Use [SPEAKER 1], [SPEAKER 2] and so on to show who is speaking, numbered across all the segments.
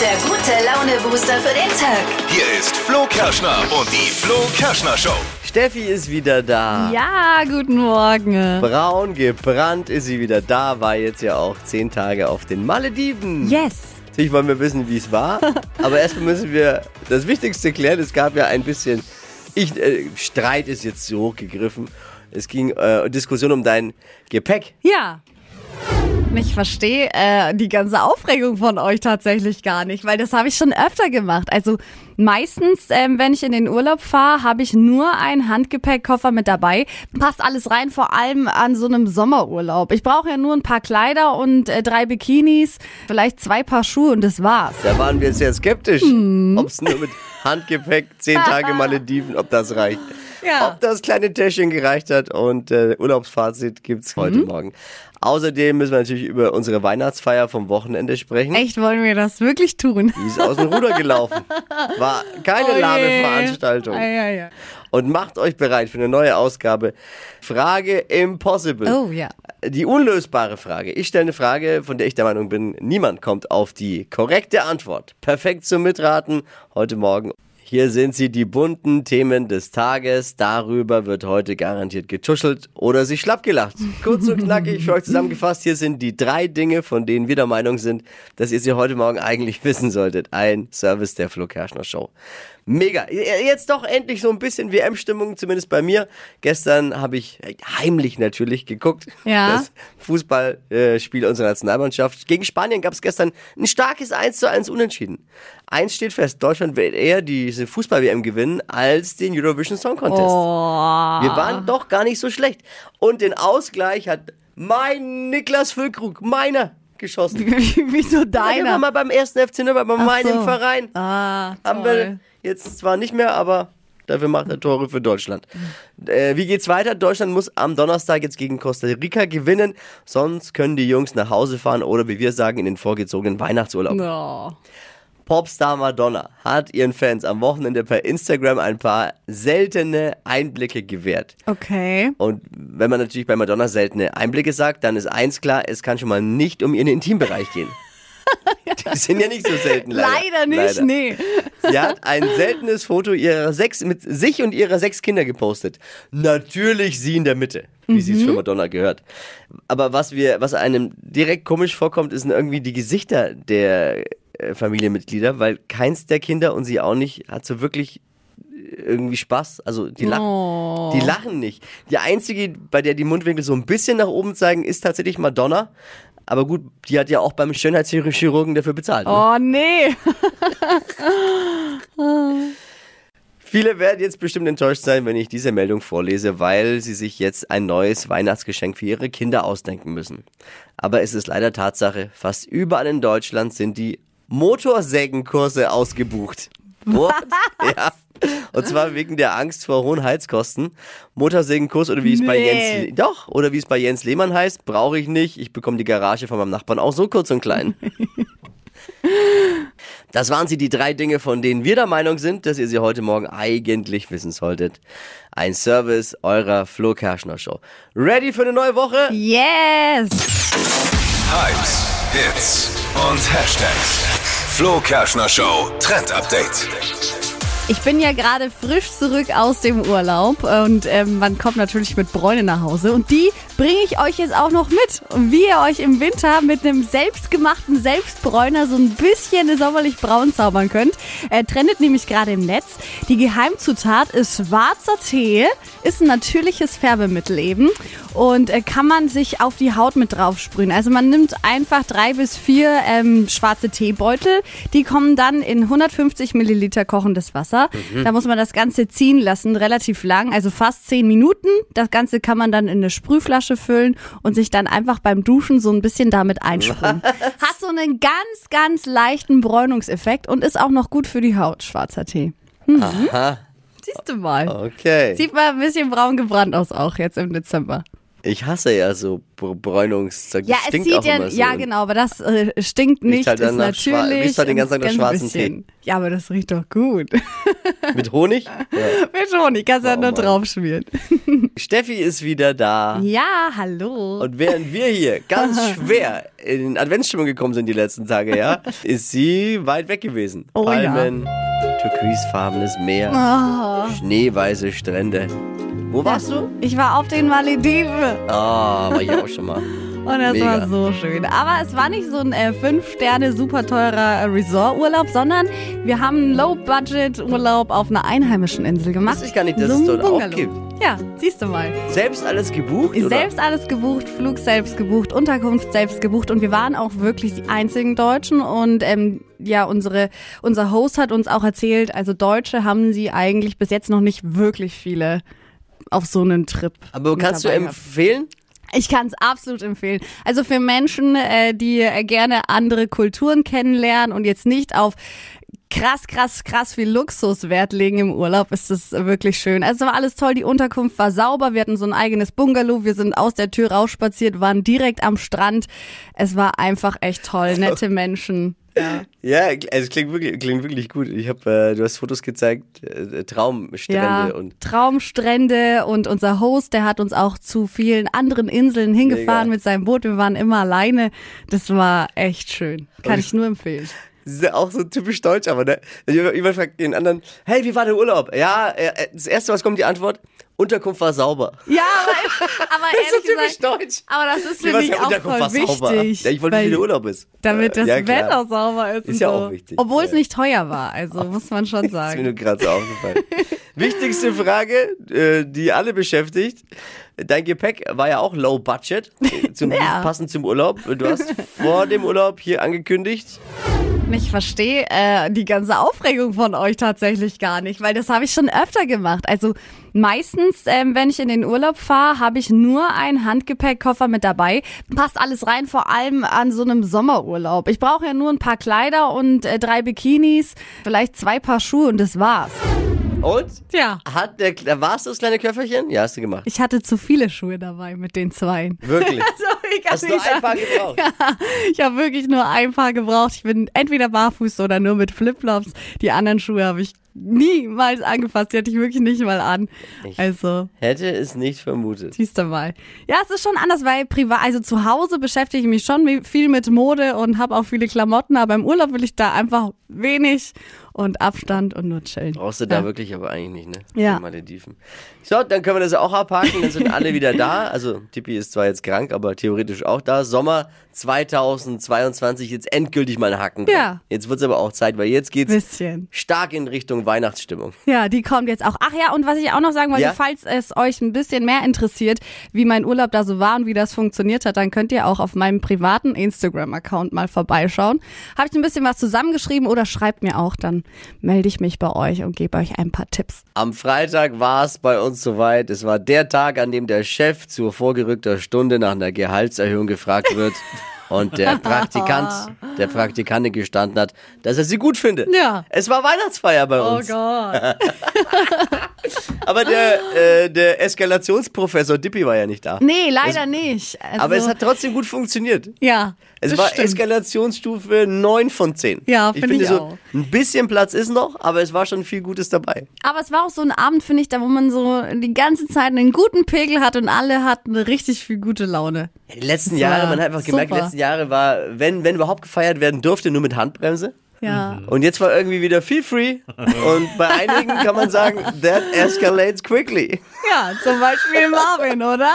[SPEAKER 1] der gute Laune-Booster für den Tag.
[SPEAKER 2] Hier ist Flo Kerschner und die Flo Kerschner Show.
[SPEAKER 3] Steffi ist wieder da.
[SPEAKER 4] Ja, guten Morgen.
[SPEAKER 3] Braun gebrannt ist sie wieder da, war jetzt ja auch zehn Tage auf den Malediven.
[SPEAKER 4] Yes.
[SPEAKER 3] Natürlich wollen wir wissen, wie es war, aber erstmal müssen wir das Wichtigste klären. Es gab ja ein bisschen, ich, äh, Streit ist jetzt so hochgegriffen. Es ging äh, Diskussion um dein Gepäck.
[SPEAKER 4] Ja. Ich verstehe äh, die ganze Aufregung von euch tatsächlich gar nicht, weil das habe ich schon öfter gemacht. Also meistens, ähm, wenn ich in den Urlaub fahre, habe ich nur einen Handgepäckkoffer mit dabei. Passt alles rein, vor allem an so einem Sommerurlaub. Ich brauche ja nur ein paar Kleider und äh, drei Bikinis, vielleicht zwei Paar Schuhe und das war's.
[SPEAKER 3] Da waren wir sehr skeptisch,
[SPEAKER 4] Mhm.
[SPEAKER 3] ob es nur mit Handgepäck zehn Tage Malediven, ob das reicht.
[SPEAKER 4] Ja.
[SPEAKER 3] Ob das kleine Täschchen gereicht hat und äh, Urlaubsfazit gibt's heute
[SPEAKER 4] Mhm.
[SPEAKER 3] Morgen. Außerdem müssen wir natürlich über unsere Weihnachtsfeier vom Wochenende sprechen.
[SPEAKER 4] Echt, wollen wir das wirklich tun?
[SPEAKER 3] Die ist aus dem Ruder gelaufen. War keine
[SPEAKER 4] Oh je.
[SPEAKER 3] lahme Veranstaltung.
[SPEAKER 4] Ei, ei, ei.
[SPEAKER 3] Und macht euch bereit für eine neue Ausgabe. Frage Impossible.
[SPEAKER 4] Oh ja.
[SPEAKER 3] Die unlösbare Frage. Ich stelle eine Frage, von der ich der Meinung bin, niemand kommt auf die korrekte Antwort. Perfekt zum Mitraten heute Morgen. Hier sind sie, die bunten Themen des Tages. Darüber wird heute garantiert getuschelt oder sich schlapp gelacht. Kurz und knackig für euch zusammengefasst. Hier sind die drei Dinge, von denen wir der Meinung sind, dass ihr sie heute Morgen eigentlich wissen solltet. Ein Service der Flo Kerschner Show. Mega. Jetzt doch endlich so ein bisschen WM-Stimmung, zumindest bei mir. Gestern habe ich heimlich natürlich geguckt.
[SPEAKER 4] Ja.
[SPEAKER 3] Das Fußballspiel unserer Nationalmannschaft. Gegen Spanien gab es gestern ein starkes 1 zu 1 Unentschieden. Eins steht fest, Deutschland wird eher diese Fußball-WM gewinnen als den Eurovision Song Contest.
[SPEAKER 4] Oh.
[SPEAKER 3] Wir waren doch gar nicht so schlecht. Und den Ausgleich hat mein Niklas Füllkrug, meiner, geschossen.
[SPEAKER 4] Wieso
[SPEAKER 3] Der war
[SPEAKER 4] deiner?
[SPEAKER 3] mal beim ersten FC Nürnberg, bei meinem
[SPEAKER 4] so.
[SPEAKER 3] Verein.
[SPEAKER 4] Ah,
[SPEAKER 3] Haben wir
[SPEAKER 4] toll.
[SPEAKER 3] jetzt zwar nicht mehr, aber dafür macht er Tore für Deutschland. Äh, wie geht's weiter? Deutschland muss am Donnerstag jetzt gegen Costa Rica gewinnen, sonst können die Jungs nach Hause fahren oder wie wir sagen, in den vorgezogenen Weihnachtsurlaub.
[SPEAKER 4] No.
[SPEAKER 3] Popstar Madonna hat ihren Fans am Wochenende per Instagram ein paar seltene Einblicke gewährt.
[SPEAKER 4] Okay.
[SPEAKER 3] Und wenn man natürlich bei Madonna seltene Einblicke sagt, dann ist eins klar, es kann schon mal nicht um ihren Intimbereich gehen. Die sind ja nicht so selten leider.
[SPEAKER 4] Leider nicht, nee.
[SPEAKER 3] Sie hat ein seltenes Foto ihrer sechs, mit sich und ihrer sechs Kinder gepostet. Natürlich sie in der Mitte, wie sie
[SPEAKER 4] Mhm.
[SPEAKER 3] es für Madonna gehört. Aber was wir, was einem direkt komisch vorkommt, ist irgendwie die Gesichter der äh, Familienmitglieder, weil keins der Kinder und sie auch nicht hat so wirklich äh, irgendwie Spaß. Also die lachen,
[SPEAKER 4] Oh.
[SPEAKER 3] die lachen nicht. Die einzige, bei der die Mundwinkel so ein bisschen nach oben zeigen, ist tatsächlich Madonna. Aber gut, die hat ja auch beim Schönheitschirurgen dafür bezahlt. Ne?
[SPEAKER 4] Oh nee.
[SPEAKER 3] Viele werden jetzt bestimmt enttäuscht sein, wenn ich diese Meldung vorlese, weil sie sich jetzt ein neues Weihnachtsgeschenk für ihre Kinder ausdenken müssen. Aber es ist leider Tatsache, fast überall in Deutschland sind die Motorsägenkurse ausgebucht. What? ja. Und zwar wegen der Angst vor hohen Heizkosten. Motorsägenkurs oder wie es bei
[SPEAKER 4] Nee.
[SPEAKER 3] Jens Le- doch oder wie es bei Jens Lehmann heißt, brauche ich nicht. Ich bekomme die Garage von meinem Nachbarn auch so kurz und klein. Das waren sie die drei Dinge, von denen wir der Meinung sind, dass ihr sie heute Morgen eigentlich wissen solltet. Ein Service eurer Flo Kerschner Show. Ready für eine neue Woche?
[SPEAKER 4] Yes.
[SPEAKER 2] Hypes, Hits und Hashtags. Flo Kerschner Show Trend Update.
[SPEAKER 4] Ich bin ja gerade frisch zurück aus dem Urlaub und ähm, man kommt natürlich mit Bräune nach Hause und die bringe ich euch jetzt auch noch mit. Und wie ihr euch im Winter mit einem selbstgemachten Selbstbräuner so ein bisschen sommerlich braun zaubern könnt, äh, trendet nämlich gerade im Netz. Die Geheimzutat ist schwarzer Tee, ist ein natürliches Färbemittel eben und äh, kann man sich auf die Haut mit drauf sprühen. Also man nimmt einfach drei bis vier ähm, schwarze Teebeutel, die kommen dann in 150 Milliliter kochendes Wasser. Da muss man das Ganze ziehen lassen, relativ lang, also fast zehn Minuten. Das Ganze kann man dann in eine Sprühflasche füllen und sich dann einfach beim Duschen so ein bisschen damit einsprühen. Hat so einen ganz, ganz leichten Bräunungseffekt und ist auch noch gut für die Haut, schwarzer Tee. Mhm. Siehst du mal.
[SPEAKER 3] Okay.
[SPEAKER 4] Sieht mal ein bisschen braun gebrannt aus auch jetzt im Dezember.
[SPEAKER 3] Ich hasse ja so Br- Bräunungszeug.
[SPEAKER 4] Ja,
[SPEAKER 3] das
[SPEAKER 4] es
[SPEAKER 3] stinkt
[SPEAKER 4] sieht
[SPEAKER 3] auch
[SPEAKER 4] ja,
[SPEAKER 3] immer so.
[SPEAKER 4] ja genau, aber das äh, stinkt nicht,
[SPEAKER 3] halt
[SPEAKER 4] ist
[SPEAKER 3] dann nach schwa-
[SPEAKER 4] natürlich.
[SPEAKER 3] riecht halt den ganzen Tag nach
[SPEAKER 4] ganz
[SPEAKER 3] schwarzen
[SPEAKER 4] bisschen. Ja, aber das riecht doch gut.
[SPEAKER 3] Mit Honig? Ja.
[SPEAKER 4] Mit Honig kannst du ja
[SPEAKER 3] Oh
[SPEAKER 4] nur
[SPEAKER 3] Mann.
[SPEAKER 4] drauf schmieren.
[SPEAKER 3] Steffi ist wieder da.
[SPEAKER 4] Ja, hallo.
[SPEAKER 3] Und während wir hier ganz schwer in Adventsstimmung gekommen sind die letzten Tage, ja, ist sie weit weg gewesen.
[SPEAKER 4] Oh ja.
[SPEAKER 3] Palmen, türkisfarbenes Meer,
[SPEAKER 4] Oh.
[SPEAKER 3] schneeweiße Strände. Wo warst du?
[SPEAKER 4] Ich war auf den Malediven
[SPEAKER 3] Ah, war ich auch schon mal.
[SPEAKER 4] und das
[SPEAKER 3] Mega.
[SPEAKER 4] war so schön. Aber es war nicht so ein äh, fünf Sterne super teurer äh, Resort-Urlaub, sondern wir haben einen Low-Budget-Urlaub auf einer einheimischen Insel gemacht.
[SPEAKER 3] Wusste ich gar nicht, dass es
[SPEAKER 4] ein
[SPEAKER 3] dort auch
[SPEAKER 4] Bungalow.
[SPEAKER 3] gibt.
[SPEAKER 4] Ja, siehst du mal.
[SPEAKER 3] Selbst alles gebucht? Oder?
[SPEAKER 4] Selbst alles gebucht, Flug selbst gebucht, Unterkunft selbst gebucht und wir waren auch wirklich die einzigen Deutschen und ähm, ja, unsere, unser Host hat uns auch erzählt, also Deutsche haben sie eigentlich bis jetzt noch nicht wirklich viele auf so einen Trip.
[SPEAKER 3] Aber
[SPEAKER 4] mit
[SPEAKER 3] kannst du
[SPEAKER 4] dabei gehabt.
[SPEAKER 3] empfehlen?
[SPEAKER 4] Ich kann es absolut empfehlen. Also für Menschen, äh, die äh, gerne andere Kulturen kennenlernen und jetzt nicht auf krass, krass, krass viel Luxus Wert legen im Urlaub, ist das wirklich schön. Also es war alles toll, die Unterkunft war sauber, wir hatten so ein eigenes Bungalow, wir sind aus der Tür rausspaziert, waren direkt am Strand. Es war einfach echt toll, nette Menschen.
[SPEAKER 3] Ja, also es klingt wirklich, klingt wirklich gut. Ich hab, äh, du hast Fotos gezeigt, äh, Traumstrände
[SPEAKER 4] Ja,
[SPEAKER 3] und
[SPEAKER 4] Traumstrände und unser Host, der hat uns auch zu vielen anderen Inseln hingefahren
[SPEAKER 3] Mega.
[SPEAKER 4] mit seinem Boot. Wir waren immer alleine. Das war echt schön. Kann ich nur empfehlen.
[SPEAKER 3] Das ist ja auch so typisch deutsch, aber ne? Wenn jemand jemand fragt den anderen, hey, wie war der Urlaub? Ja, äh, das erste, was kommt, die Antwort, Unterkunft war sauber.
[SPEAKER 4] Ja, aber, aber
[SPEAKER 3] Das ist so
[SPEAKER 4] ehrlich
[SPEAKER 3] typisch
[SPEAKER 4] gesagt,
[SPEAKER 3] deutsch.
[SPEAKER 4] aber das ist
[SPEAKER 3] Wie
[SPEAKER 4] für
[SPEAKER 3] war's?
[SPEAKER 4] mich
[SPEAKER 3] Ja,
[SPEAKER 4] auch voll wichtig.
[SPEAKER 3] Ja, ich wollte
[SPEAKER 4] weil-
[SPEAKER 3] wissen, wie der Urlaub ist.
[SPEAKER 4] Damit
[SPEAKER 3] Äh,
[SPEAKER 4] das
[SPEAKER 3] ja, klar.
[SPEAKER 4] Wetter sauber ist.
[SPEAKER 3] Ist
[SPEAKER 4] und
[SPEAKER 3] ja
[SPEAKER 4] so.
[SPEAKER 3] auch wichtig,
[SPEAKER 4] Obwohl es
[SPEAKER 3] ja.
[SPEAKER 4] nicht teuer war, also muss man schon
[SPEAKER 3] Ist mir nur
[SPEAKER 4] sagen.
[SPEAKER 3] gerade so aufgefallen. Wichtigste Frage, äh, die alle beschäftigt. Dein Gepäck war ja auch low budget, äh, zum,
[SPEAKER 4] Ja.
[SPEAKER 3] passend zum Urlaub. Du hast vor dem Urlaub hier angekündigt.
[SPEAKER 4] Ich verstehe äh, die ganze Aufregung von euch tatsächlich gar nicht, weil das habe ich schon öfter gemacht. Also meistens, ähm, wenn ich in den Urlaub fahre, habe ich nur einen Handgepäckkoffer mit dabei. Passt alles rein, vor allem an so einem Sommerurlaub. Ich brauche ja nur ein paar Kleider und äh, drei Bikinis, vielleicht zwei Paar Schuhe und das war's.
[SPEAKER 3] Und?
[SPEAKER 4] Ja.
[SPEAKER 3] Hat der, da warst du das kleine Köfferchen? Ja, hast du gemacht.
[SPEAKER 4] Ich hatte zu viele Schuhe dabei mit den Zweien.
[SPEAKER 3] Wirklich.
[SPEAKER 4] Sorry,
[SPEAKER 3] Hast du nur ein paar gebraucht?
[SPEAKER 4] Ich habe wirklich nur ein paar gebraucht. Ich bin entweder barfuß oder nur mit Flipflops. Die anderen Schuhe habe ich niemals angefasst. Die hatte ich wirklich nicht mal an. Also,
[SPEAKER 3] Hätte es nicht vermutet.
[SPEAKER 4] siehst du mal. Ja, es ist schon anders, weil privat, also zu Hause beschäftige ich mich schon viel mit Mode und habe auch viele Klamotten, aber im Urlaub will ich da einfach wenig und Abstand und nur chillen.
[SPEAKER 3] Brauchst du da
[SPEAKER 4] ja.
[SPEAKER 3] wirklich aber eigentlich nicht, ne?
[SPEAKER 4] Ja.
[SPEAKER 3] Die Malediven. So, dann können wir das auch abhaken, dann sind alle wieder da. Also Tippi ist zwar jetzt krank, aber theoretisch auch da. Sommer 2022 jetzt endgültig mal einen Haken. dran.
[SPEAKER 4] Ja.
[SPEAKER 3] Jetzt wird's aber auch Zeit, weil jetzt geht's
[SPEAKER 4] Bisschen.
[SPEAKER 3] stark in Richtung Weihnachtsstimmung.
[SPEAKER 4] Ja, die kommt jetzt auch. Ach ja, und was ich auch noch sagen wollte,
[SPEAKER 3] Ja?
[SPEAKER 4] falls es euch ein bisschen mehr interessiert, wie mein Urlaub da so war und wie das funktioniert hat, dann könnt ihr auch auf meinem privaten Instagram-Account mal vorbeischauen. Habe ich ein bisschen was zusammengeschrieben oder schreibt mir auch, dann melde ich mich bei euch und gebe euch ein paar Tipps.
[SPEAKER 3] Am Freitag war es bei uns soweit. Es war der Tag, an dem der Chef zur vorgerückter Stunde nach einer Gehaltserhöhung gefragt wird und der Praktikant, der Praktikantin gestanden hat, dass er sie gut findet.
[SPEAKER 4] Ja. Oh
[SPEAKER 3] Es war Weihnachtsfeier bei uns.
[SPEAKER 4] Gott.
[SPEAKER 3] Aber der, äh, der Eskalationsprofessor Dippi war ja nicht da.
[SPEAKER 4] Ah. Nee, leider nicht. Also,
[SPEAKER 3] Aber es hat trotzdem gut funktioniert.
[SPEAKER 4] ja,
[SPEAKER 3] Es
[SPEAKER 4] das
[SPEAKER 3] war
[SPEAKER 4] stimmt.
[SPEAKER 3] Eskalationsstufe 9 von 10.
[SPEAKER 4] Ja, finde ich
[SPEAKER 3] so,
[SPEAKER 4] auch.
[SPEAKER 3] Ein bisschen Platz ist noch, aber es war schon viel Gutes dabei.
[SPEAKER 4] Aber es war auch so ein Abend, finde ich, da wo man so die ganze Zeit einen guten Pegel hat und alle hatten richtig viel gute Laune.
[SPEAKER 3] Ja, Die letzten
[SPEAKER 4] Das
[SPEAKER 3] Jahre,
[SPEAKER 4] war
[SPEAKER 3] man hat einfach gemerkt, die
[SPEAKER 4] super.
[SPEAKER 3] letzten Jahre war, wenn, wenn überhaupt gefeiert werden durfte, nur mit Handbremse.
[SPEAKER 4] Ja.
[SPEAKER 3] Und jetzt war irgendwie wieder feel free. Und bei einigen kann man sagen, that escalates quickly.
[SPEAKER 4] Ja, zum Beispiel Marvin, oder?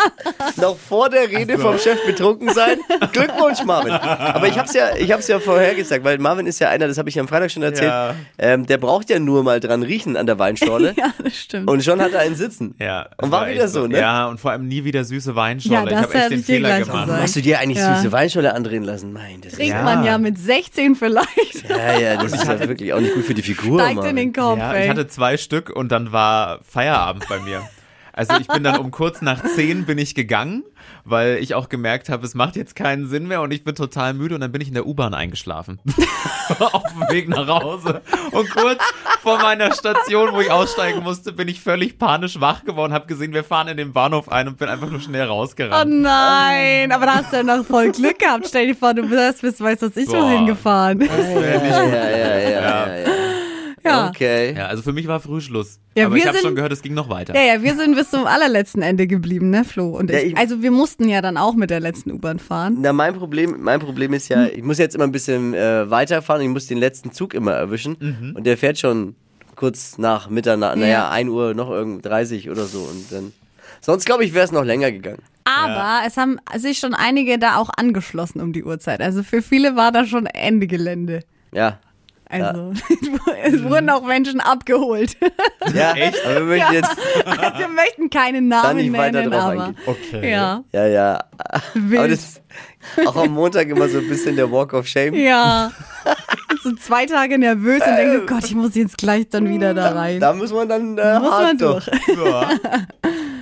[SPEAKER 3] Noch vor der Rede vom Chef betrunken sein. Glückwunsch, Marvin. Aber ich hab's ja, ich hab's ja vorher gesagt, weil Marvin ist ja einer, das habe ich am Freitag schon erzählt,
[SPEAKER 5] Ja.
[SPEAKER 3] ähm, der braucht ja nur mal dran riechen an der Weinschorle.
[SPEAKER 4] Ja, das stimmt.
[SPEAKER 3] ne? Und schon hat er einen sitzen.
[SPEAKER 5] Ja, es
[SPEAKER 3] Und war, wieder
[SPEAKER 5] echt
[SPEAKER 3] so, ne?
[SPEAKER 5] Ja, und vor allem nie wieder süße Weinschorle.
[SPEAKER 4] Ja,
[SPEAKER 5] ich
[SPEAKER 4] das
[SPEAKER 5] habe echt
[SPEAKER 4] hätte
[SPEAKER 5] den
[SPEAKER 4] ich dir
[SPEAKER 5] Fehler
[SPEAKER 4] gleich
[SPEAKER 5] gemacht.
[SPEAKER 4] gesagt.
[SPEAKER 3] Hast du dir eigentlich
[SPEAKER 4] Ja.
[SPEAKER 3] süße Weinschorle andrehen lassen? Mein, das ist
[SPEAKER 4] trinkt
[SPEAKER 3] ja,
[SPEAKER 5] Ja.
[SPEAKER 4] man ja mit 16 vielleicht.
[SPEAKER 3] ja, ja, das ist ja wirklich auch nicht gut für die Figur,
[SPEAKER 4] Steigt in
[SPEAKER 3] Marvin.
[SPEAKER 4] den Kopf,
[SPEAKER 5] Ja,
[SPEAKER 4] ey.
[SPEAKER 5] ich hatte zwei Stück und dann war Feierabend bei mir. Also ich bin dann um kurz nach zehn bin ich gegangen, weil ich auch gemerkt habe, es macht jetzt keinen Sinn mehr und ich bin total müde und dann bin ich in der U-Bahn eingeschlafen. Auf dem Weg nach Hause. Und kurz vor meiner Station, wo ich aussteigen musste, bin ich völlig panisch wach geworden, habe gesehen, wir fahren in den Bahnhof ein und bin einfach nur schnell
[SPEAKER 4] Oh
[SPEAKER 5] rausgerannt.
[SPEAKER 4] nein, aber da hast du ja noch voll Glück gehabt. Stell dir vor, du wärst bis weißt, was ich
[SPEAKER 5] Boah.
[SPEAKER 4] wohin gefahren.
[SPEAKER 5] Äh, nicht
[SPEAKER 3] Ja,
[SPEAKER 5] gut.
[SPEAKER 3] ja, ja, ja, ja, ja.
[SPEAKER 4] Ja.
[SPEAKER 3] Oh, Okay.
[SPEAKER 5] Ja, also für mich war Frühschluss.
[SPEAKER 4] Ja,
[SPEAKER 5] Aber
[SPEAKER 4] wir
[SPEAKER 5] ich habe
[SPEAKER 4] sind-
[SPEAKER 5] schon gehört, es ging noch weiter.
[SPEAKER 4] Ja, ja, wir sind bis zum allerletzten Ende geblieben, ne, Flo und
[SPEAKER 3] Ja,
[SPEAKER 4] ich.
[SPEAKER 3] ich-
[SPEAKER 4] Also wir mussten ja dann auch mit der letzten U-Bahn fahren.
[SPEAKER 3] Na, mein Problem, mein Problem ist ja, ich muss jetzt immer ein bisschen äh, weiterfahren. Ich muss den letzten Zug immer erwischen. Und der fährt schon kurz nach Mitternacht, naja, 1 Uhr, noch irgend 30 oder so. Und dann. Sonst glaube ich, wäre es noch länger gegangen.
[SPEAKER 4] Aber es haben sich schon einige da auch angeschlossen um die Uhrzeit. Also für viele war da schon Ende Gelände.
[SPEAKER 3] Ja.
[SPEAKER 4] Also es wurden
[SPEAKER 3] Mhm.
[SPEAKER 4] auch Menschen abgeholt.
[SPEAKER 3] Ja, echt? Aber wir möchten jetzt
[SPEAKER 4] wir möchten keinen Namen
[SPEAKER 3] Dann nicht weiter
[SPEAKER 4] nennen,
[SPEAKER 3] drauf
[SPEAKER 4] aber
[SPEAKER 3] eingehen.
[SPEAKER 5] Okay.
[SPEAKER 4] ja,
[SPEAKER 3] Ja, ja. Aber
[SPEAKER 4] wild.
[SPEAKER 3] das auch am Montag immer so ein bisschen der Walk of Shame.
[SPEAKER 4] Ja. so zwei Tage nervös und denke, oh Gott, ich muss jetzt gleich dann wieder da rein.
[SPEAKER 3] Da muss man dann äh,
[SPEAKER 4] Muss
[SPEAKER 3] hart
[SPEAKER 4] man durch.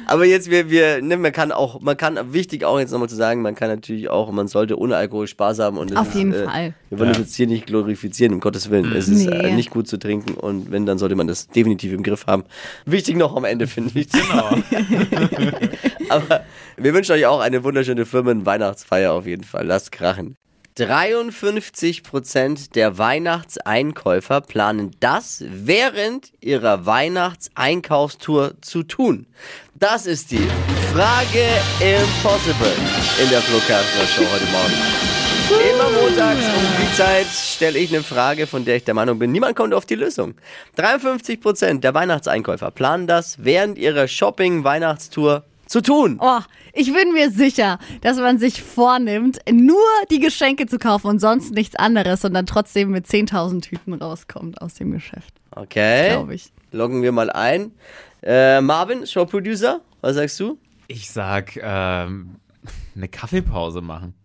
[SPEAKER 3] Aber jetzt, wir, wir, ne, man kann auch, man kann, wichtig auch jetzt nochmal zu sagen, man kann natürlich auch, man sollte ohne Alkohol Spaß haben. Und es
[SPEAKER 4] Auf
[SPEAKER 3] ist,
[SPEAKER 4] jeden
[SPEAKER 3] äh,
[SPEAKER 4] Fall.
[SPEAKER 3] Wir wollen uns jetzt hier nicht glorifizieren, um Gottes Willen. Es ist äh,
[SPEAKER 4] Nee.
[SPEAKER 3] nicht gut zu trinken und wenn, dann sollte man das definitiv im Griff haben. Wichtig noch am Ende, finde ich.
[SPEAKER 5] Genau.
[SPEAKER 3] Aber wir wünschen euch auch eine wunderschöne Firmen-Weihnachtsfeier auf jeden Fall. Lasst krachen. 53% der Weihnachtseinkäufer planen das während ihrer Weihnachtseinkaufstour zu tun. Das ist die Frage Impossible in der Flo Kerschner Show heute Morgen. Immer montags um die Zeit stelle ich eine Frage, von der ich der Meinung bin, niemand kommt auf die Lösung. 53% der Weihnachtseinkäufer planen das während ihrer Shopping-Weihnachtstour zu tun.
[SPEAKER 4] Oh, ich bin mir sicher, dass man sich vornimmt, nur die Geschenke zu kaufen und sonst nichts anderes und dann trotzdem mit 10.000 Tüten rauskommt aus dem Geschäft.
[SPEAKER 3] Okay.
[SPEAKER 4] Glaub ich.
[SPEAKER 3] Loggen wir mal ein. Äh, Marvin, Showproducer, was sagst du?
[SPEAKER 5] Ich sag, ähm, eine Kaffeepause machen.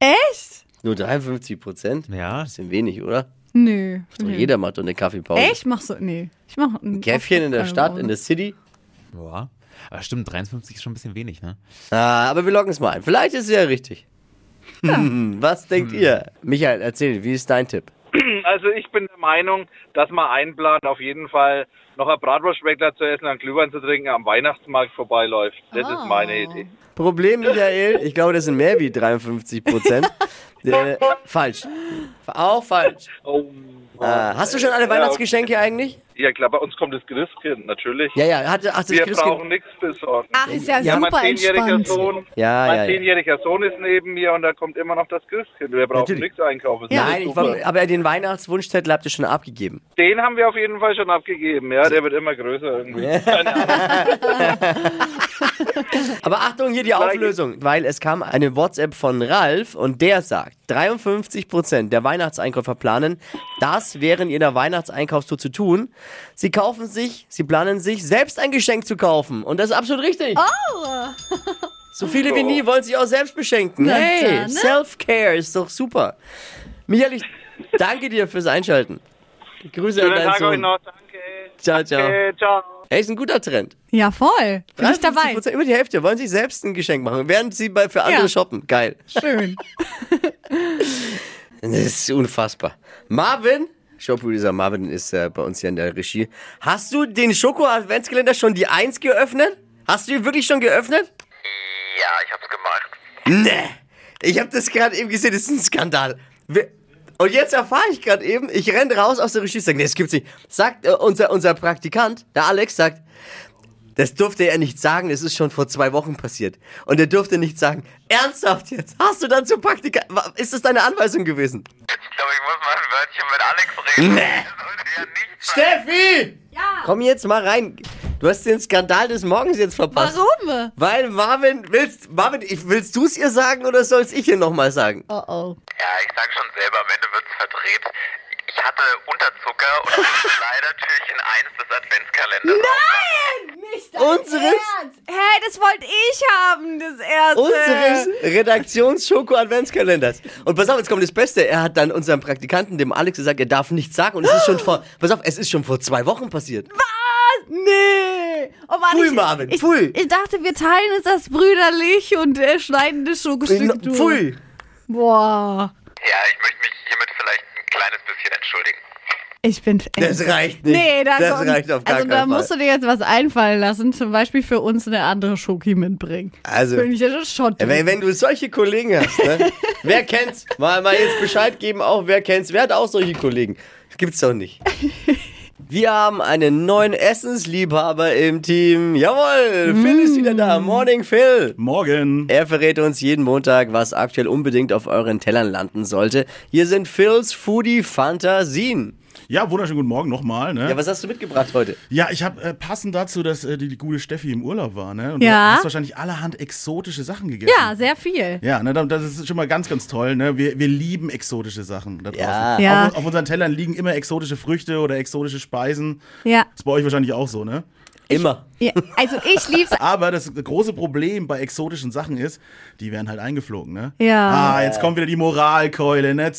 [SPEAKER 4] Echt?
[SPEAKER 3] Nur 53 Prozent?
[SPEAKER 5] Ja.
[SPEAKER 3] Bisschen wenig, oder?
[SPEAKER 4] Nö.
[SPEAKER 3] Doch
[SPEAKER 4] Nö.
[SPEAKER 3] jeder macht doch eine Kaffeepause.
[SPEAKER 4] Mhm. Echt? Ich mach so, nee. Ich mach ein
[SPEAKER 3] Käffchen in der
[SPEAKER 4] keine
[SPEAKER 3] Stadt,
[SPEAKER 4] Pause.
[SPEAKER 3] in der City.
[SPEAKER 5] Ja. Aber stimmt, 53 ist schon ein bisschen wenig, ne?
[SPEAKER 3] Ah, aber wir loggen es mal ein. Vielleicht ist es ja richtig. Hm, was denkt ihr? Michael, erzähl, wie ist dein Tipp?
[SPEAKER 6] Also ich bin der Meinung, dass man einplant, auf jeden Fall noch ein Bratwurstschmeckler zu essen, einen Glühwein zu trinken, am Weihnachtsmarkt vorbeiläuft. Das ist
[SPEAKER 3] Ah.
[SPEAKER 6] meine Idee.
[SPEAKER 3] Problem, Michael, ich glaube, das sind mehr wie 53 Prozent. äh, falsch. Auch falsch.
[SPEAKER 6] Oh,
[SPEAKER 3] Ah, hast du schon alle Weihnachtsgeschenke eigentlich?
[SPEAKER 6] Ja klar, bei uns kommt das Christkind, natürlich.
[SPEAKER 3] Ja, ja. Hat, hat das
[SPEAKER 6] Wir
[SPEAKER 3] Christkind-
[SPEAKER 6] brauchen nichts besorgen.
[SPEAKER 4] Ach, ist ja,
[SPEAKER 3] Ja,
[SPEAKER 6] mein
[SPEAKER 4] super
[SPEAKER 6] zehnjähriger
[SPEAKER 4] entspannt.
[SPEAKER 6] Sohn,
[SPEAKER 3] Ja,
[SPEAKER 6] mein
[SPEAKER 3] ja, ja.
[SPEAKER 6] zehnjähriger Sohn ist neben mir und da kommt immer noch das Christkind. Wir brauchen
[SPEAKER 3] Natürlich.
[SPEAKER 6] nichts einkaufen. Das ist
[SPEAKER 3] Nein, ich
[SPEAKER 6] super.
[SPEAKER 3] war, aber den Weihnachtswunschzettel habt ihr schon abgegeben.
[SPEAKER 6] Den haben wir auf jeden Fall schon abgegeben. Ja, der wird immer größer irgendwie.
[SPEAKER 3] Aber Achtung, hier die Auflösung, weil es kam eine WhatsApp von Ralf und der sagt, 53% der Weihnachtseinkäufer planen, das während ihrer Weihnachtseinkaufstour zu tun. Sie kaufen sich, sie planen sich, selbst ein Geschenk zu kaufen. Und das ist absolut richtig. Oh! So viele wie
[SPEAKER 6] Oh.
[SPEAKER 3] nie wollen sich auch selbst beschenken.
[SPEAKER 4] Na
[SPEAKER 3] hey,
[SPEAKER 4] dann, ne?
[SPEAKER 3] Self-Care ist doch super. Michael, ich danke dir fürs Einschalten. Grüße an
[SPEAKER 6] Schönen
[SPEAKER 3] deinen
[SPEAKER 6] Tag euch
[SPEAKER 3] Sohn.
[SPEAKER 6] noch. Danke.
[SPEAKER 3] Ciao, ciao.
[SPEAKER 6] Okay, ciao.
[SPEAKER 3] Hey, ist ein guter Trend.
[SPEAKER 4] Ja, voll. Bin ich dabei.
[SPEAKER 3] 53%, über die Hälfte wollen sich selbst ein Geschenk machen, während sie bei, für andere
[SPEAKER 4] Ja.
[SPEAKER 3] shoppen. Geil.
[SPEAKER 4] Schön.
[SPEAKER 3] Das ist unfassbar. Marvin, Showproducer Marvin ist äh, bei uns hier in der Regie. Hast du den Schoko-Adventskalender schon die 1 geöffnet? Hast du ihn wirklich schon geöffnet?
[SPEAKER 7] Ja, ich hab's gemacht.
[SPEAKER 3] Nee. Ich habe das gerade eben gesehen, das ist ein Skandal. Wir und jetzt erfahre ich gerade eben, ich renne raus aus der Regie und sage, nee, das gibt's nicht. Sagt äh, unser, unser Praktikant, der Alex, sagt, das durfte er nicht sagen, das ist schon vor zwei Wochen passiert. Und er durfte nicht sagen, ernsthaft jetzt, hast du dann zum Praktikant, wa- ist das deine Anweisung gewesen?
[SPEAKER 7] Ich glaube, ich muss mal ein Wörtchen mit Alex reden.
[SPEAKER 3] Nee.
[SPEAKER 7] Das sollte ja nicht sein.
[SPEAKER 3] Steffi! Komm jetzt mal rein. Du hast den Skandal des Morgens jetzt verpasst.
[SPEAKER 4] Warum?
[SPEAKER 3] Weil Marvin, willst, Marvin, ich, willst du es ihr sagen oder soll es ich ihr nochmal sagen?
[SPEAKER 4] Oh oh.
[SPEAKER 7] Ja, ich sag schon selber, am Ende wird's verdreht. Ich hatte Unterzucker und bin leider Türchen 1 des Adventskalenders.
[SPEAKER 4] Nein! Nicht dein
[SPEAKER 3] Unseres-
[SPEAKER 4] Ernst! Hey, das wollte ich haben, das erste.
[SPEAKER 3] unseres Redaktions-Schoko-Adventskalenders. Und pass auf, jetzt kommt das Beste. Er hat dann unserem Praktikanten, dem Alex, gesagt, er darf nichts sagen. Und es ist schon vor, pass auf, es ist schon vor zwei Wochen passiert.
[SPEAKER 4] Nee! Pfui. Oh Mann,
[SPEAKER 3] Pfui,
[SPEAKER 4] ich,
[SPEAKER 3] Marvin,
[SPEAKER 4] ich,
[SPEAKER 3] pfui.
[SPEAKER 4] Ich dachte, wir teilen uns das brüderlich und äh, schneiden das Schokostück durch.
[SPEAKER 3] Pfui.
[SPEAKER 4] Boah.
[SPEAKER 7] Ja, ich möchte mich hiermit vielleicht ein kleines bisschen entschuldigen.
[SPEAKER 4] Ich bin.
[SPEAKER 3] Das reicht nicht.
[SPEAKER 4] Nee, da
[SPEAKER 3] das
[SPEAKER 4] kommt,
[SPEAKER 3] reicht auf gar
[SPEAKER 4] Also
[SPEAKER 3] keinen
[SPEAKER 4] da
[SPEAKER 3] Fall.
[SPEAKER 4] musst du dir jetzt was einfallen lassen, zum Beispiel für uns eine andere Schoki mitbringen.
[SPEAKER 3] Also-
[SPEAKER 4] Bin ich ja schon Schott.
[SPEAKER 3] wenn, wenn du solche Kollegen hast, ne? wer kennt's? Mal, mal jetzt Bescheid geben, auch wer kennt's. Wer hat auch solche Kollegen? Das gibt's doch nicht. Wir haben einen neuen Essensliebhaber im Team. Jawohl, Phil ist wieder
[SPEAKER 4] Mm.
[SPEAKER 3] da. Morning, Phil.
[SPEAKER 8] Morgen.
[SPEAKER 3] Er verrät uns jeden Montag, was aktuell unbedingt auf euren Tellern landen sollte. Hier sind Phils Foodie Fantasien.
[SPEAKER 8] Ja, wunderschönen guten Morgen nochmal. Ne?
[SPEAKER 3] Ja,
[SPEAKER 8] Ja,
[SPEAKER 3] was hast du mitgebracht heute?
[SPEAKER 8] ich habe äh, passend dazu, dass äh, die, die gute Steffi im Urlaub war. Ne? Und
[SPEAKER 4] Ja.
[SPEAKER 8] Du hast wahrscheinlich allerhand exotische Sachen gegessen.
[SPEAKER 4] ja, sehr viel.
[SPEAKER 8] Ja, ne, da- das ist schon mal ganz, ganz toll. Ne? Wir, wir lieben exotische Sachen da draußen.
[SPEAKER 3] Ja.
[SPEAKER 4] Ja.
[SPEAKER 8] Auf, auf unseren Tellern liegen immer exotische Früchte oder exotische Speisen.
[SPEAKER 4] Ja.
[SPEAKER 8] Ist bei euch wahrscheinlich auch so, ne?
[SPEAKER 3] Immer.
[SPEAKER 4] ja. Also ich lieb's.
[SPEAKER 8] Aber das große Problem bei exotischen Sachen ist, die werden halt eingeflogen, ne?
[SPEAKER 4] Ja.
[SPEAKER 8] Ah, jetzt kommt wieder die Moralkeule, ne?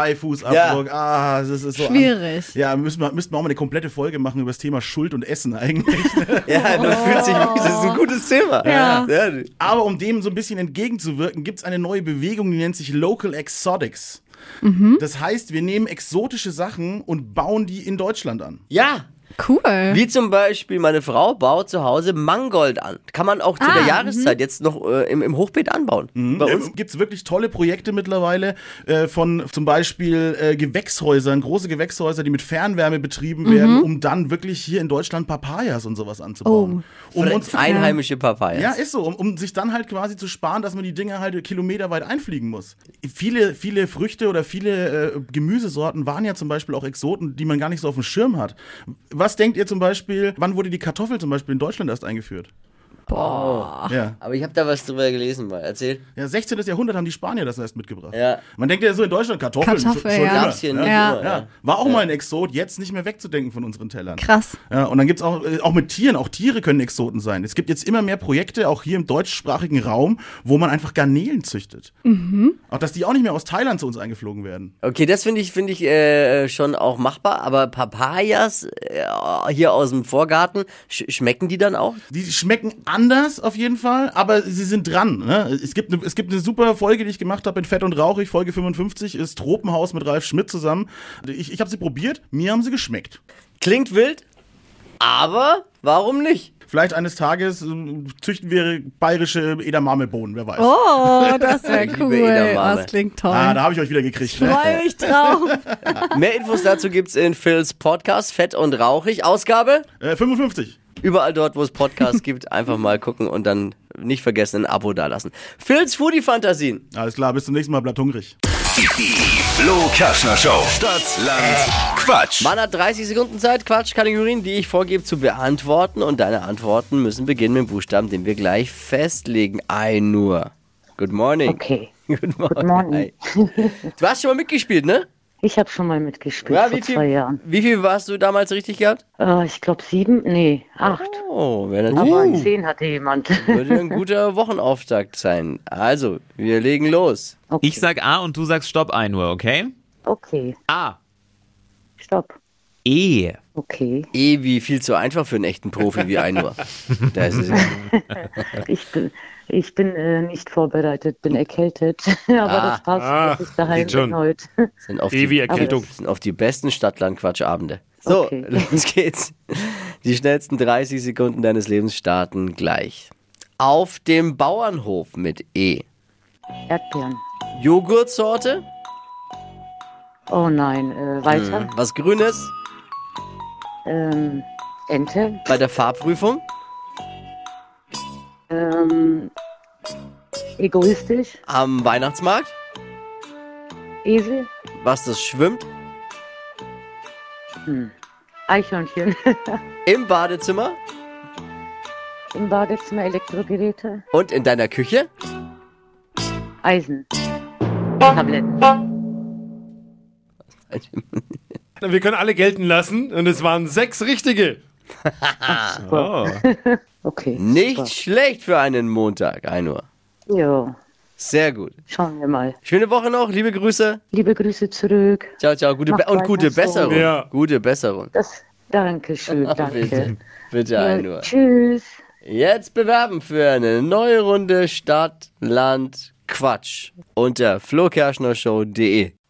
[SPEAKER 8] CO2-Fußabdruck. Ah, das ist so. an-
[SPEAKER 4] Schwierig.
[SPEAKER 8] Ja, müssen wir, müssten wir auch mal eine komplette Folge machen über das Thema Schuld und Essen eigentlich. ne?
[SPEAKER 3] Ja, das fühlt sich, das ist ein gutes Thema.
[SPEAKER 4] Ja.
[SPEAKER 3] Oh. ja.
[SPEAKER 8] Aber um dem so ein bisschen entgegenzuwirken, gibt's eine neue Bewegung, die nennt sich Local Exotics.
[SPEAKER 4] Mhm.
[SPEAKER 8] Das heißt, wir nehmen exotische Sachen und bauen die in Deutschland an.
[SPEAKER 3] ja.
[SPEAKER 4] Cool.
[SPEAKER 3] Wie zum Beispiel, meine Frau baut zu Hause Mangold an. Kann man auch zu
[SPEAKER 4] Ah,
[SPEAKER 3] der Jahreszeit jetzt noch äh, im, im Hochbeet anbauen. Bei uns.
[SPEAKER 8] Gibt's wirklich tolle Projekte mittlerweile äh, von zum Beispiel äh, Gewächshäusern, große Gewächshäuser, die mit Fernwärme betrieben werden, um dann wirklich hier in Deutschland Papayas und sowas anzubauen.
[SPEAKER 3] Oh,
[SPEAKER 8] Um uns
[SPEAKER 3] Einheimische Papayas.
[SPEAKER 8] ja, ist so, um, um sich dann halt quasi zu sparen, dass man die Dinger halt kilometerweit einfliegen muss. Viele, viele Früchte oder viele äh, Gemüsesorten waren ja zum Beispiel auch Exoten, die man gar nicht so auf dem Schirm hat. Was denkt ihr zum Beispiel, wann wurde die Kartoffel zum Beispiel in Deutschland erst eingeführt? Boah. Ja.
[SPEAKER 3] Aber ich habe da was drüber gelesen mal. Erzähl.
[SPEAKER 8] Ja, 16. Jahrhundert haben die Spanier das erst mitgebracht.
[SPEAKER 3] Ja.
[SPEAKER 8] Man denkt ja so in Deutschland Kartoffeln.
[SPEAKER 4] Kartoffel,
[SPEAKER 8] schon, schon
[SPEAKER 4] ja.
[SPEAKER 8] immer,
[SPEAKER 3] Gab's hier
[SPEAKER 8] ne?
[SPEAKER 3] nicht
[SPEAKER 4] Ja.
[SPEAKER 3] immer,
[SPEAKER 8] Ja. War auch mal ein Exot, jetzt nicht mehr wegzudenken von unseren Tellern.
[SPEAKER 4] Krass.
[SPEAKER 8] Ja, und dann gibt's auch, äh, auch mit Tieren, auch Tiere können Exoten sein. Es gibt jetzt immer mehr Projekte, auch hier im deutschsprachigen Raum, wo man einfach Garnelen züchtet.
[SPEAKER 4] Mhm.
[SPEAKER 8] Auch dass die auch nicht mehr aus Thailand zu uns eingeflogen werden.
[SPEAKER 3] Okay, das finde ich, finde ich äh, schon auch machbar. Aber Papayas äh, hier aus dem Vorgarten, sch schmecken die dann auch?
[SPEAKER 8] Die schmecken anders auf jeden Fall, aber sie sind dran. Ne? Es, gibt eine, es gibt eine super Folge, die ich gemacht habe in Fett und Rauchig, Folge 55, ist Tropenhaus mit Ralf Schmidt zusammen. Ich, ich habe sie probiert, mir haben sie geschmeckt.
[SPEAKER 3] Klingt wild, aber warum nicht?
[SPEAKER 8] Vielleicht eines Tages äh, züchten wir bayerische Edamamebohnen, wer weiß.
[SPEAKER 4] Oh, das wäre
[SPEAKER 3] liebe
[SPEAKER 4] cool.
[SPEAKER 3] Edamame.
[SPEAKER 4] Das klingt toll.
[SPEAKER 8] Ah, da habe ich euch wieder gekriegt. Ne?
[SPEAKER 4] Freue mich drauf.
[SPEAKER 3] Mehr Infos dazu gibt's in Phils Podcast Fett und Rauchig. Ausgabe
[SPEAKER 8] Äh, 55.
[SPEAKER 3] Überall dort, wo es Podcasts gibt, einfach mal gucken und dann nicht vergessen, ein Abo dalassen. Phil's Foodie Fantasien.
[SPEAKER 8] Alles klar, bis zum nächsten Mal, bleibt hungrig.
[SPEAKER 2] Die Flo Kerschner Show. Stadt, Land, Quatsch.
[SPEAKER 3] Man hat 30 Sekunden Zeit, Quatschkategorien, die ich vorgebe, zu beantworten. Und deine Antworten müssen beginnen mit dem Buchstaben, den wir gleich festlegen. Ein nur. Good morning.
[SPEAKER 9] Okay,
[SPEAKER 3] Good morning.
[SPEAKER 9] morning.
[SPEAKER 3] Hi. Du hast schon mal mitgespielt, ne?
[SPEAKER 9] ich habe schon mal mitgespielt
[SPEAKER 3] Ja,
[SPEAKER 9] vor
[SPEAKER 3] wie
[SPEAKER 9] zwei
[SPEAKER 3] viel,
[SPEAKER 9] Jahren.
[SPEAKER 3] wie viel warst du damals richtig gehabt?
[SPEAKER 9] Äh, ich glaube sieben, nee, acht.
[SPEAKER 3] Oh, wäre
[SPEAKER 4] Uh.
[SPEAKER 9] Aber
[SPEAKER 3] natürlich
[SPEAKER 9] zehn hatte jemand.
[SPEAKER 3] würde ein guter Wochenauftakt sein. Also, wir legen los.
[SPEAKER 9] Okay.
[SPEAKER 5] Ich sag A und du sagst Stopp 1 Uhr, okay?
[SPEAKER 9] okay,
[SPEAKER 5] A.
[SPEAKER 9] stopp.
[SPEAKER 5] E.
[SPEAKER 9] Okay,
[SPEAKER 3] Eh, wie viel zu einfach für einen echten Profi wie ein Uhr. Das ist
[SPEAKER 9] ich bin, ich bin äh, nicht vorbereitet, bin erkältet, aber
[SPEAKER 4] Ah.
[SPEAKER 9] das passt, das ist daheim
[SPEAKER 10] Ah, geht schon.
[SPEAKER 9] erneut.
[SPEAKER 3] Sind auf,
[SPEAKER 10] Ewige
[SPEAKER 3] die,
[SPEAKER 10] Erkältung.
[SPEAKER 3] sind auf die besten Stadtlandquatschabende. So,
[SPEAKER 9] Okay.
[SPEAKER 3] los geht's. Die schnellsten 30 Sekunden deines Lebens starten gleich. Auf dem Bauernhof mit E.
[SPEAKER 9] Erdbeeren.
[SPEAKER 3] Joghurtsorte,
[SPEAKER 9] Oh nein, äh, weiter.
[SPEAKER 3] Hm.
[SPEAKER 10] Mhm.
[SPEAKER 3] was Grünes
[SPEAKER 9] Ähm, Ente.
[SPEAKER 3] bei der Fahrprüfung,
[SPEAKER 9] Ähm, egoistisch.
[SPEAKER 3] am Weihnachtsmarkt,
[SPEAKER 9] Esel.
[SPEAKER 3] was das schwimmt,
[SPEAKER 9] Eichhörnchen.
[SPEAKER 3] im Badezimmer
[SPEAKER 9] Im Badezimmer Elektrogeräte.
[SPEAKER 3] und in deiner Küche.
[SPEAKER 9] Eisen. Tabletten.
[SPEAKER 10] Wir können alle gelten lassen und es waren sechs richtige.
[SPEAKER 9] Okay.
[SPEAKER 3] Nicht schlecht für einen Montag, 1 Uhr.
[SPEAKER 9] super. Ja,
[SPEAKER 3] Sehr gut.
[SPEAKER 9] schauen wir mal.
[SPEAKER 3] Schöne Woche noch, liebe Grüße.
[SPEAKER 9] Liebe Grüße zurück.
[SPEAKER 3] Ciao, ciao. Gute
[SPEAKER 9] Macht
[SPEAKER 3] Be und
[SPEAKER 9] weiter
[SPEAKER 3] gute
[SPEAKER 9] so.
[SPEAKER 3] Besserung.
[SPEAKER 10] Ja.
[SPEAKER 3] Gute Besserung.
[SPEAKER 9] Das, Dankeschön, danke.
[SPEAKER 3] Bitte, bitte ein
[SPEAKER 9] Ja,
[SPEAKER 3] Uhr.
[SPEAKER 9] tschüss.
[SPEAKER 3] Jetzt bewerben für eine neue Runde Stadt, Land, Quatsch unter flokerschnershow.de.